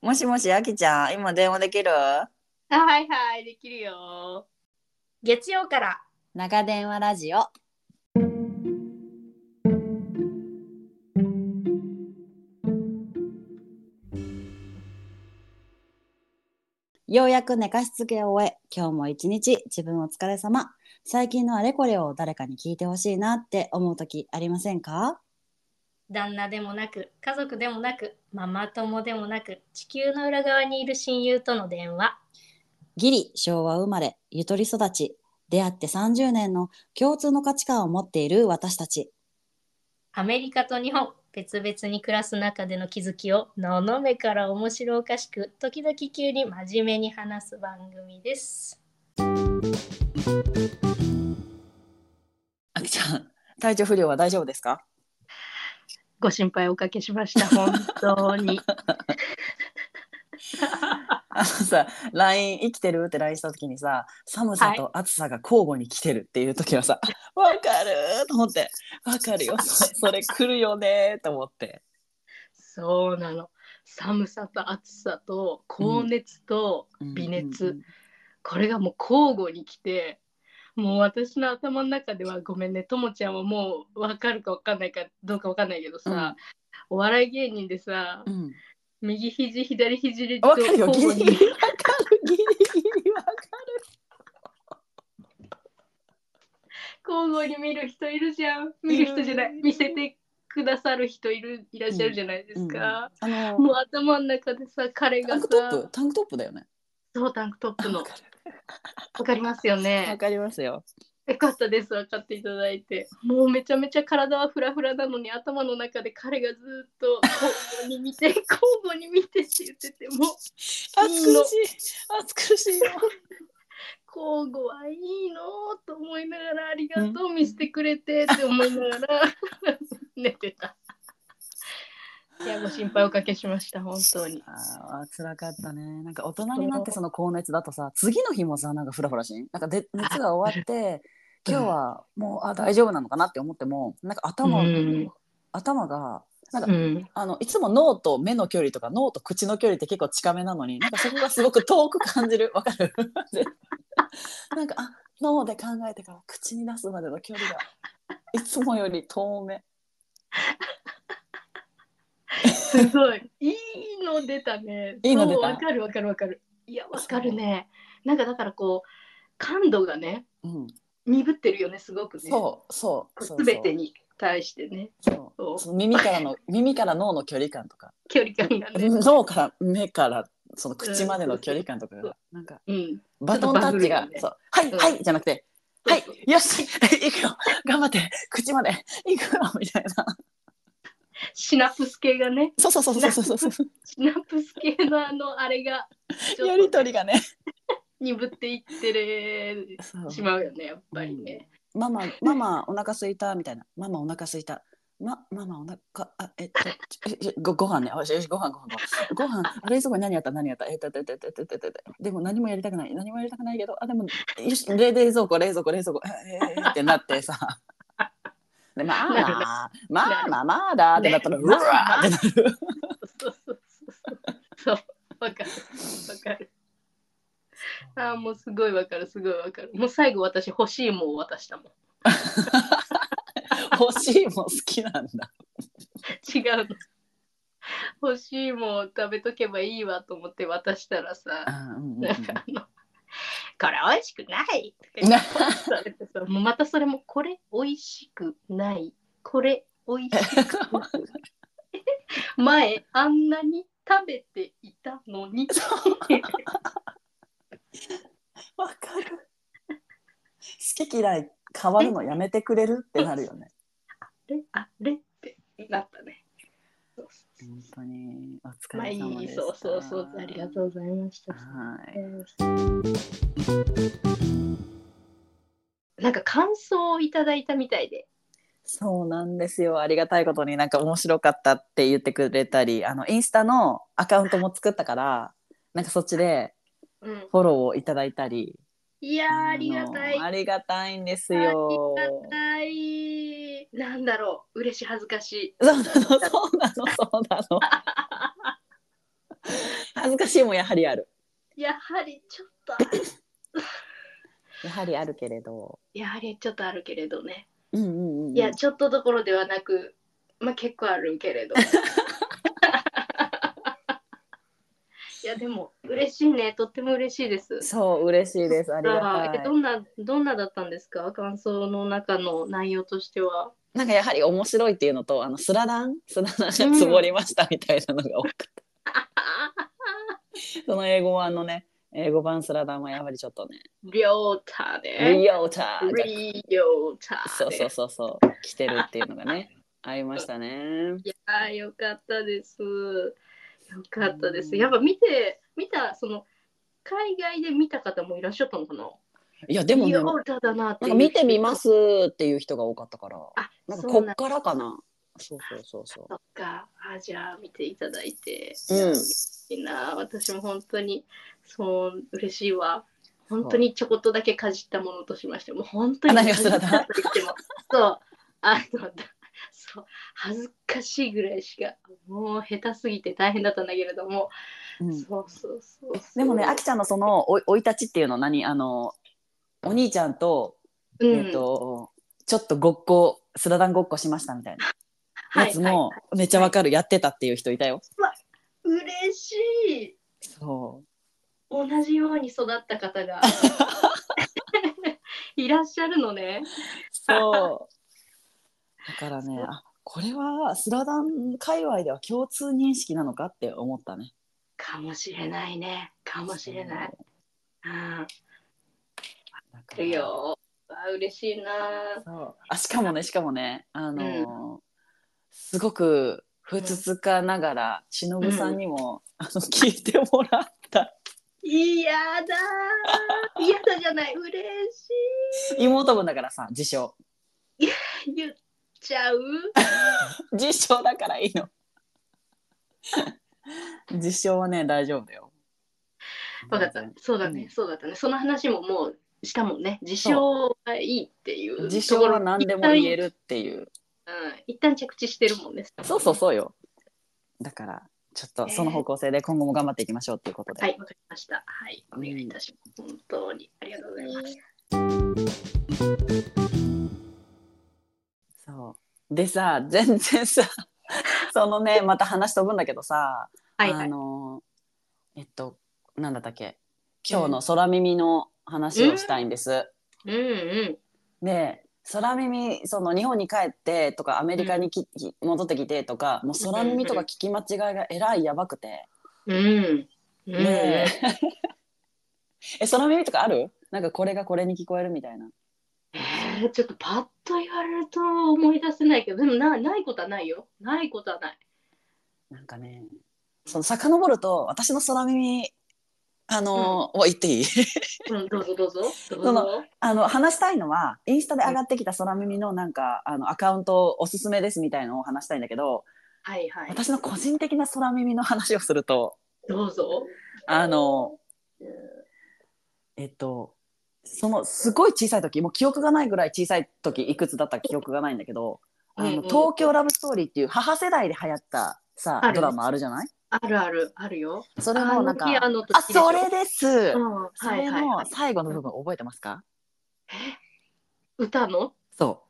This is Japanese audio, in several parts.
もしもし、あきちゃん、今電話できるあはいはい、できるよ。月曜から。長電話ラジオ。ようやく寝かしつけを終え、今日も一日自分お疲れ様。最近のあれこれを誰かに聞いてほしいなって思う時ありませんか旦那でもなく、家族でもなく、ママ友でもなく、地球の裏側にいる親友との電話。ギリ昭和生まれゆとり育ち出会って30年の共通の価値観を持っている私たちアメリカと日本、別々に暮らす中での気づきを、斜めから面白おかしく、時々急に真面目に話す番組です。あきちゃん体調不良は大丈夫ですかご心配おかけしました、本当 に。あのさ LINE 生きてるって LINE した時にさ寒さと暑さが交互に来てるっていう時は さ「わ、かる!」と思って「わかるよそそれ来るよね」と思ってそうなの。寒さと暑さと高熱と微熱。うんうんうんこれがもう交互に来てもう私の頭の中ではごめんねともちゃんはもう分かるか分かんないかどうか分かんないけどさ、うんお笑い芸人でさうん右肘左肘でわかるよギリギリわにかるギリギリわか交互に見る人いるじゃん見る人じゃないいる見せてくださる人いるいらっしゃるじゃないですか、るあのもう頭の中でさ彼タがンさクトップタンクトップだよねそうタンクトップのわかる分かりますよわねかりますよよかったです分かっていただいてもうめちゃめちゃ体はフラフラなのに頭の中で彼がずっと交互に見て交互に見てって言ってても暑いいの苦しい暑苦しいよ交互はいいのと思いながらありがとう見せてくれてって思いながら 寝てたいやご心配おかけしました本当にああ辛かったねなんか大人になってその高熱だとさ次の日もさなんかフラフラしんなんかで熱が終わってうん今日はもうあ大丈夫なのかなって思ってもなんかう頭、ん、頭がなんか、うん、あのいつも脳と目の距離とか脳と口の距離って結構近めなのになんかそこがすごく遠く感じるわかる なんかあ脳で考えてから口に出すまでの距離がいつもより遠め すごいいいの出たねいいの出たそうわかるわかるわかるいやわかるねなんかだからこう感度がねうん鈍ってるよねすごくねそうそうそうそうすべてに対してねそうその耳から の耳から脳の距離感とか距離感がね、脳から目からその口までの距離感とかがなんかうん、バトンタッチがちょっとバグるよねそうはいうんはいじゃなくてはいよし 行くよ頑張って口まで行くよみたいなシナプス系がねそうそうそうそうそうそうそうシナプス系のあのあれがちょっとやりとりがね鈍っていってれそうしまうよねやっぱりね、ママママお腹すいたみたいなママお腹すいたま、ママお腹あえっとちょえごご飯ねあよしよしご飯ご飯ご飯ご飯あれそこに何やった何やったえっとえっとえっとえっとえっとえっとえっとでも何もやりたくない何もやりたくないけどあでもよし冷冷蔵庫冷蔵庫冷蔵庫えーえーってなってさでまあまあまあまあだってなったらねうわーってなるそうそうそうそうそうわかるわかるあーもうすごいわかるすごいわかるもう最後私欲しいもん渡したもん欲しいもん好きなんだ違うの欲しいもん食べとけばいいわと思って渡したらさ、あうんうんうんなんかあの「これ美味しくない」とか言なってさもうまたそれも「これ美味しくない」「これ美味しくない」前あんなに食べていたのにわかる。好き嫌い変わるのやめてくれるってなるよね。であれってなったね。そうそ本当におうま疲あれい様いでした。そうそうそうありがとうございました。はい。なんか感想をいただいたみたいで。そうなんですよ。ありがたいことになんか面白かったって言ってくれたり、あのインスタのアカウントも作ったから、なんかそっちでうん、フォローをいただいたり。いやーありがたいあのありがたいんですよ。ありがたい。なんだろう、嬉しい恥ずかしい。そうなの、そうなの、そうなの。私もやはりある。やはりちょっとある、やはりあるけれど。やはりちょっとあるけれどね。うんうんうんうん。いや、ちょっとどころではなく、まあ結構ある けれど。いや、でも嬉しいね。とっても嬉しいです。そう、嬉しいです。ありがあたえいど。んなどんなだったんですか感想の中の内容としては。なんかやはり面白いっていうのと、あのスラダン、スラダンがつぼりましたみたいなのが多かった。その英語版のね、英語版スラダンはやはりちょっとね、リョータね。リオターがリョータね。そうそうそうそう、来てるっていうのがね、 ありましたね。いやーよかったです。よかったでうす。んやっぱ見て、見た、その、海外で見た方もいらっしゃったのかないや、でもね、リなョんータだなっていうか見てみますっていう人が多かったから、あ、なんかそうこなっんからかな。そうそうそうそそっか。あ、じゃあ見ていただいて。う。うん。いいなあ私も本当にそう嬉しいわ本当にちょこっとだけかじったものとしましてもう本当にあ何かがじったそとれ言だってもそうあのだそう恥ずかしいぐらいしかもう下手すぎて大変だったんだけれども、うんそうそうそうえでもね、あきちゃんのそのおい生い立ちっていうの何あのお兄ちゃんと、うんえっ、とちょっとごっこスラダンごっこしましたみたいなはやいつもめっちゃわかるやってたっていう人いたよ。はい嬉しいそ同じように育った 方が いらっしゃるのねう。そう。だから ね、あこれはスラダン界隈では共通認識なのかって思ったね。かもしれないねかもしれない。うんだか来らるよ。あ嬉しいな。そうあしかもねしかもねあのーすごくふつつかながら、しのぶさんにも、あの聞いてもらったいやだー。嫌だじゃない。嬉し妹分だからさ自称い。言っちゃう。自称だからいい の自称はね大丈夫だよわかった全。そうだねう。んそうだったね。その話ももうしたもんね。自称がいいっていう然ところ。自称は何でも言える。るっていううん。一旦着地してるもんね。そうそうそうよだからちょっとその方向性で今後も頑張っていきましょうっていうことで、はい、わかりました。はい、お願いいたします。本当にありがとうございます。そうでさ全然 さそのねまた話飛ぶんだけどさ、はいはあい。のえっとなんだったっけ今日の空耳の話をしたいんです。うんうん。で空耳その日本に帰ってとかアメリカにき、戻ってきてとかもう空耳とか聞き間違いがえらいやばくて。うん。うん。ね ええ空耳とかあるなんかこれがこれに聞こえるみたいな。えー、ちょっとパッと言われると思い出せないけどでもなないことはないよないことはないなんかねその遡ると私の空耳あのーお言っていい うんどうぞどうぞどうそぞあの話したいのはインスタで上がってきた空耳のなんかあのアカウントおすすめですみたいのを話したいんだけどはいはい私の個人的な空耳の話をするとどうぞあのうんえっとそのすごい小さい時もう記憶がないぐらい小さい時いくつだったか記憶がないんだけど「あうんうのん東京ラブストーリー」っていう母世代で流行ったさあるドラマあるじゃないあるあるあるよそれのなんかあの時ああの時でしょそれです、うんはそいれはいはのい最後の部分覚えてますか、歌のそ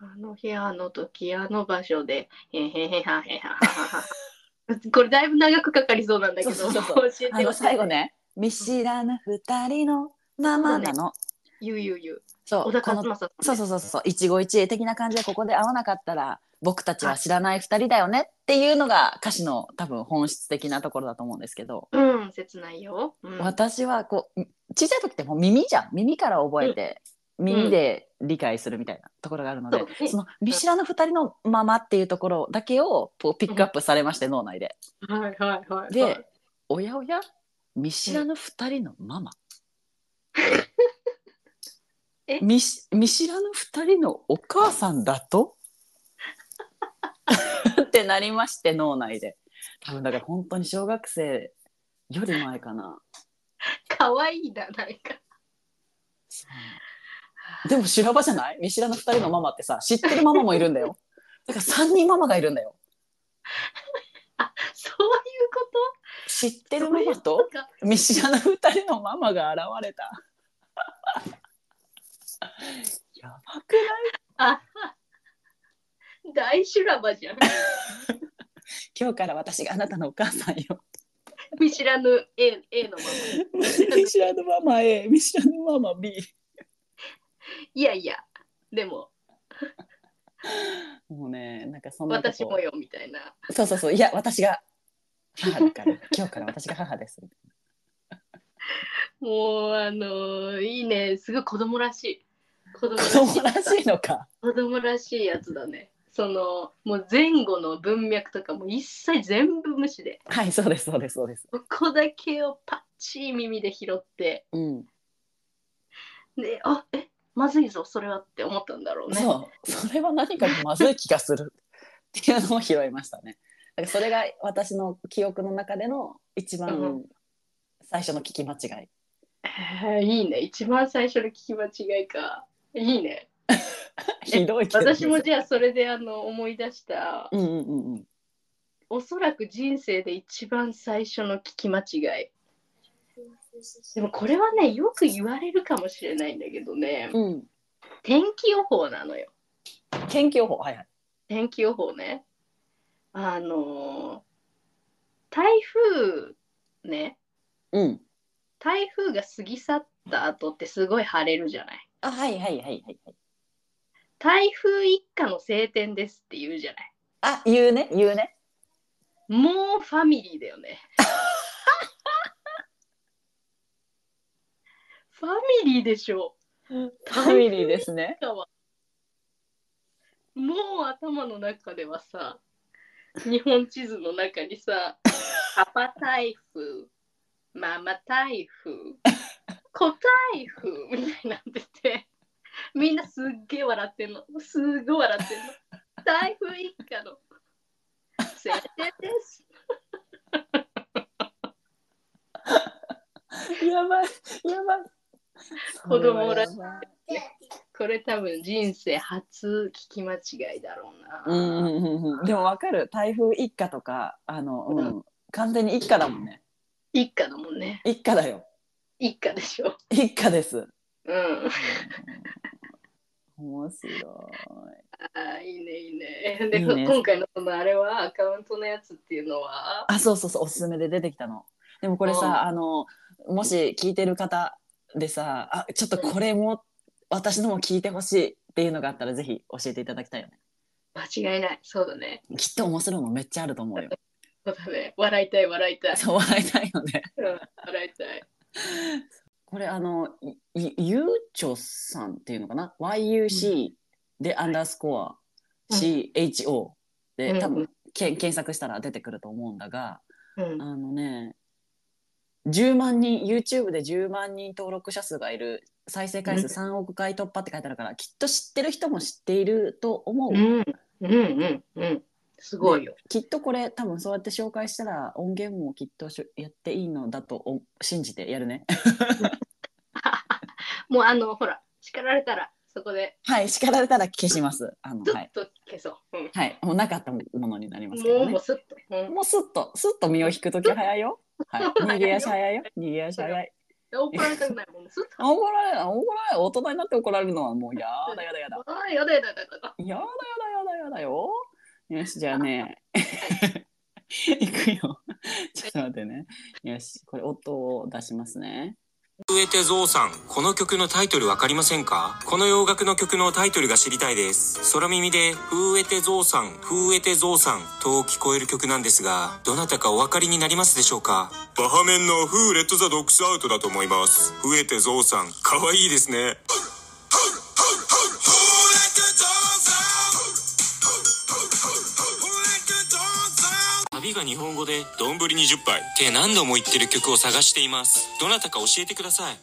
うあの日あの時あの場所でへんへんへんはんへんはんはんはんこれだいぶ長くかかりそうなんだけどそうそうそ教えあのてよ最後ね「見知らぬ二人のままなの」ゆうゆうゆうそ小う田こ和の正さんそうそうそうそう一期一会的な感じでここで会わなかったら僕たちは知らない二人だよねっていうのが歌詞の多分本質的なところだと思うんですけど、うん切ないよ、うん、私はこう小さい時ってもう耳じゃん耳から覚えて、耳で理解するみたいなところがあるので、そうですねその見知らぬ二人のままっていうところだけをこうピックアップされまして、脳内で。はいはいはいで、おやおや見知らぬ二人の ママ、え見し見知らぬ二人のお母さんだと ってなりまして脳内で多分だから本当に小学生より前かな可愛いななんかでも修羅場じゃない見知らぬ二人のママってさ知ってるママもいるんだよだから三人ママがいるんだよあそういうこと知知ってるママとか見知らぬ二人のママが現れた。やばくないあ大修羅場じゃん。 今日から私があなたのお母さん よ。見知らぬ A, A のまま。見知らぬママ A、見知らぬママ B。いやいや、でももうね、なんかそんなとこ私もよみたいな。そうそうそう、いや、私が母だから、今日から私が母 です。もうあのーいいね、すごい子供らしい。子供らしい子供らしいのか。子供らしいやつだね。そのもう前後の文脈とかも一切全部無視ではい、そうです、そうです、そうです。ここだけをパッチリ耳で拾ってうん。であえまずいぞそれはって思ったんだろうね。そう、それは何かまずい気がする っていうのを拾いましたね。だからそれが私の記憶の中での一う番最初の聞き間違い。へえいいね一番最初の聞き間違いかいいねひどいけど私もじゃあそれであの思い出したうんうんうんうん。おそらく人生で一番最初の聞き間違いでもこれはねよく言われるかもしれないんだけどねうん。天気予報なのよ天気予報、はいはい。天気予報ねあのー台風ねうん。台風が過ぎ去った後ってすごい晴れるじゃないあ、はいはいはいはい。台風一過の晴天ですって言うじゃないあ、言うね、言うね。もうファミリーだよね。ファミリーでしょ。ファミリーですね。だわもう頭の中ではさ、日本地図の中にさ、パパ台風、ママ台風、子台風みたいになってて、みんなすっげえ笑ってんの。すっごい笑ってんの。台風一過の。晴天です。 やばい、やばい。 子供らしいそれはやばい。これ多分人生初聞き間違いだろううな。んうんうんうん、でもわかる台風一家とかあの、うんう完全に一家だもんね一家だもんね。一家だよ一家でしょ。一家ですうん。面白いあーいいねいいね。でいいね今回のそのあれはアカウントのやつっていうのは。あそうそうそうおすすめで出てきたのでもこれさ、うんあのもし聞いてる方でさあちょっとこれも、私のも聞いてほしいっていうのがあったらぜひ教えていただきたいよね間違いない。そうだね。きっと面白いもんめっちゃあると 思うよそうだね。笑いたい笑いたい。そう笑いたいよねうん笑いたい。これあのいいゆうちょさんっていうのかな YUC でアンダースコアうん CHO うでん多分け検索したら出てくると思うんだがうんあのね10万人 YouTube で10万人登録者数がいる再生回数3億回突破って書いてあるからきっと知ってる人も知っていると思ううんうんうんうん。すごいよ。きっとこれ多分そうやって紹介したら音源もきっとしょやっていいのだとお信じてやるね もうあのほら叱られたらそこではい叱られたら消しますあのドはいッと消そう。うんはい、もうなかったものになりますけもどうもねう。すっと。うんもうすっと、すっと身を引くとき 早いよ。はい、逃げ足早いよ。逃げ足早い。怒られたくないもん。すっと。怒られない、怒られない、大人になって怒られるのはもうやだやだやだ。あーやだやだやだやだ。やだやだやだやだよ。よし、じゃあ ね。いくよ。ちょっと待ってね。よし、これ音を出しますね。植えてゾウさんこの曲のタイトルわかりませんかこの洋楽の曲のタイトルが知りたいです空耳で「ふうえてゾウさんふうえてゾウさん」と聞こえる曲なんですがどなたかお分かりになりますでしょうかバハメンの「フーレット・ザ・ドックス・アウト」だと思います増えてゾウさんかわいいですねサビが日本語で「どんぶり20杯」って何度も言ってる曲を探していますどなたか教えてください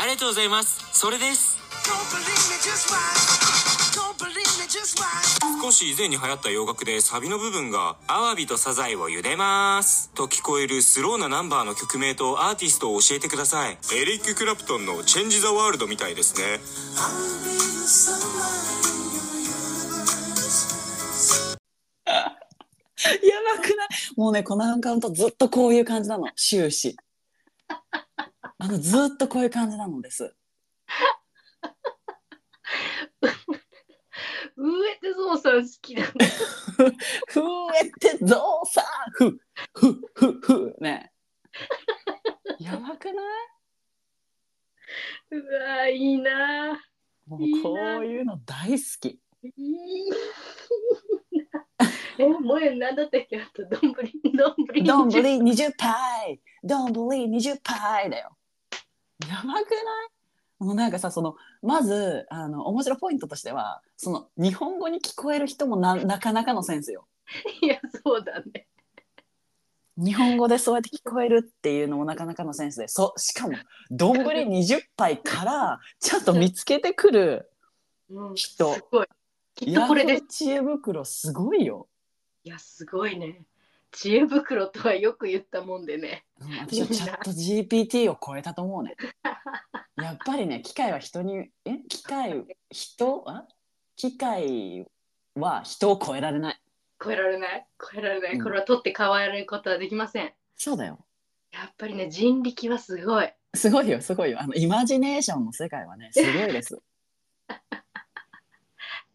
ありがとうございますそれです Don't believe me, just watch. Don't believe me, just watch. 少し以前に流行った洋楽でサビの部分が「アワビとサザエを茹でます」と聞こえるスローなナンバーの曲名とアーティストを教えてくださいエリック・クラプトンの「チェンジ・ザ・ワールド」みたいですね I'll be the sunlight in your universe. ばくないもうねこのアンカウントずっとこういう感じなの終始あのずっとこういう感じなのですウーエテゾウさん好きだね。ふえってぞうさんふふふふねやばくないうわー、いいなー。もうこういうの大好きいいな え、もえ、なんだったっけ、あと、どんぶり、どんぶり。 どんぶ。り20パイどんぶり20パイだよやばくないもうなんかさそのまずあの面白いポイントとしてはその日本語に聞こえる人もななかなかのセンスよいや、そうだね。日本語でそうやって聞こえるっていうのもなかなかのセンスでそしかもどんぶり20杯からちゃんと見つけてく るうん、す人ごい。きっとこれです。知恵袋すごいよ、いや、すごいね。知恵袋とはよく言ったもんでね。うん 私はチャット GPT を超えたと思うね やっぱりね機械は人にえ機械人あ機械は人を超えられない超えられない。超えられなうい。んこれは取って変わることはできません。そうだよやっぱりね、人力はすごい。すごいよすごいよあのイマジネーションの世界はねすごいです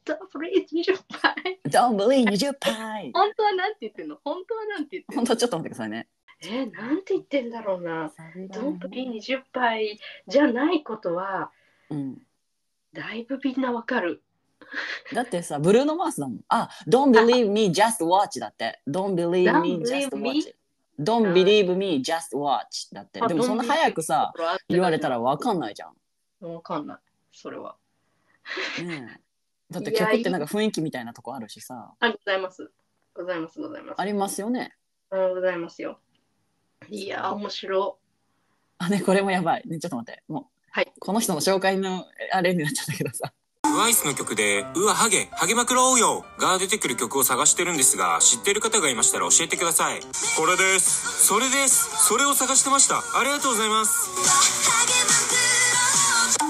どんぶり、二十杯。どんぶり20杯 本当はなんて言ってんの。本当はなんて言ってんほんの。とちょっと待ってくださいねえ、なんて言ってんだろうな。どんぶり二十杯じゃないことは。うんだいぶみんなわかる。だってさ、ブルーノ・マースだもん。あ、Don't believe me, just watch だって。Don't believe me, Don't just believe me? watch. Don't believe me, just watch だって。あでもそんな早くさ、、言われたら。らわかんないじゃん。わかんない。それは。ねえだっていや曲ってなんか雰囲気みたいなとこあるしさ、あ、ございます。ございます。ございます。ありますよね。あございますよ。いやー、面白あ、ね、これもやばい。ね、ちょっと待って。もう、はいこの人の紹介のあれになっちゃったけどさ。トゥワイスの曲で、うわ、ハゲ、ハゲまくろうよが出てくる曲を探してるんですが、知ってる方がいましたら教えてください。これです。それです。それを探してました。ありがとうございます。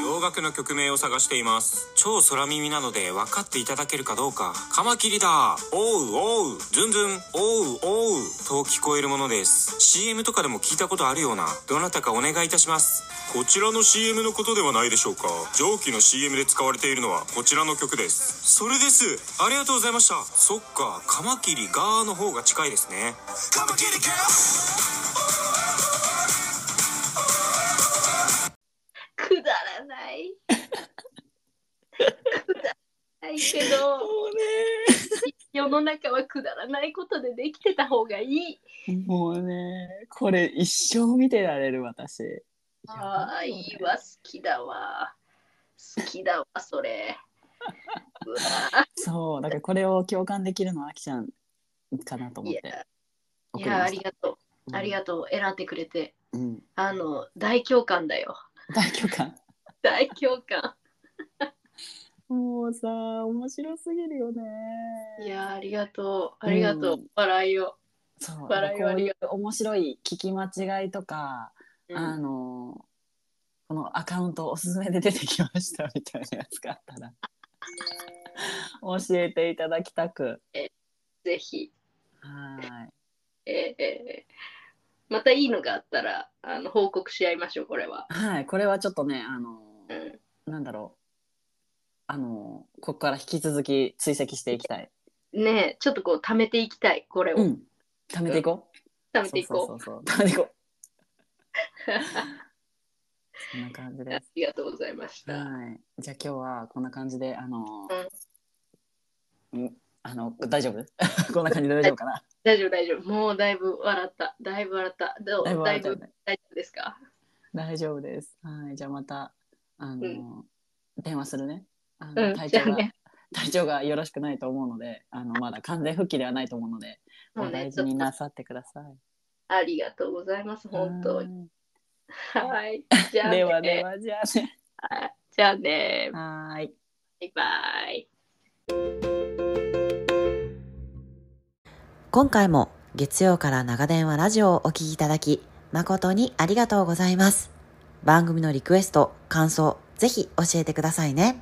洋楽の曲名を探しています。超空耳なので分かっていただけるかどうか。カマキリだおうおうズンズンおうおうと聞こえるものです。CM とかでも聞いたことあるような、どなたかお願いいたします。こちらの CM のことではないでしょうか。上記の CM で使われているのはこちらの曲です。それですありがとうございましたそっか、カマキリがーの方が近いですね。い。くだらない。 くだらないけど、世の中はくだらないことでできてた方がいい。もうね、これ一生見てられる私。ああ、いいわ、好きだわ。好きだわ、それ。うわそう、だからこれを共感できるのはあきちゃんかなとー思っいてや、い送りやまあしりた。がとう。ありががとう。選んでくれて。とうん。あの、大共感だよ。 大共感。大共感。もうさ、面白すぎるよね。いやー、ありがとう。ありがとうう。ん笑いを。そう、だから笑いをこあうりいがう面白い聞き間違いとか、うんあの。このアカウントおすすめで出てきましたみたいなやつがあったら。教えていただきたく。ぜひ、はい。えーえーまたいいのがあったら、あの報告し合いましょう、これは。はい、これはちょっとね、あの。うん、なんだろう。あの、ここから引き続き追跡していきたい。ねえ、ちょっとこう、貯めていきたい、これを。うん。貯めていこう。貯めていこう。そうそうそうそう。貯めてい こう。そんな感じあでりがとうございましす。た。はい。じゃあ今日はこんな感じで、あの、うん、あの、大丈夫 こんな感じで大丈夫かな大丈夫、大丈夫。もうだいぶ笑った。だいぶ笑った。どうだいだいぶぶ笑ったよね大丈夫ですか大丈夫です。はい。じゃあまた、あの、う電話するね。あうのん、体じゃ調あが、ね。体調がよろしくないと思うので、あ の、まだ完全復帰ではないと思うので、もおうね、大ち事ょっにとなさってください。ありがとうございます、本当に。に。はい。じゃあね。ではでは、じゃあ ね。じゃあね。はい。バイバイ。今回も月曜から長電話ラジオをお聞きいただき、誠にありがとうございます。番組のリクエスト、感想、ぜひ教えてくださいね。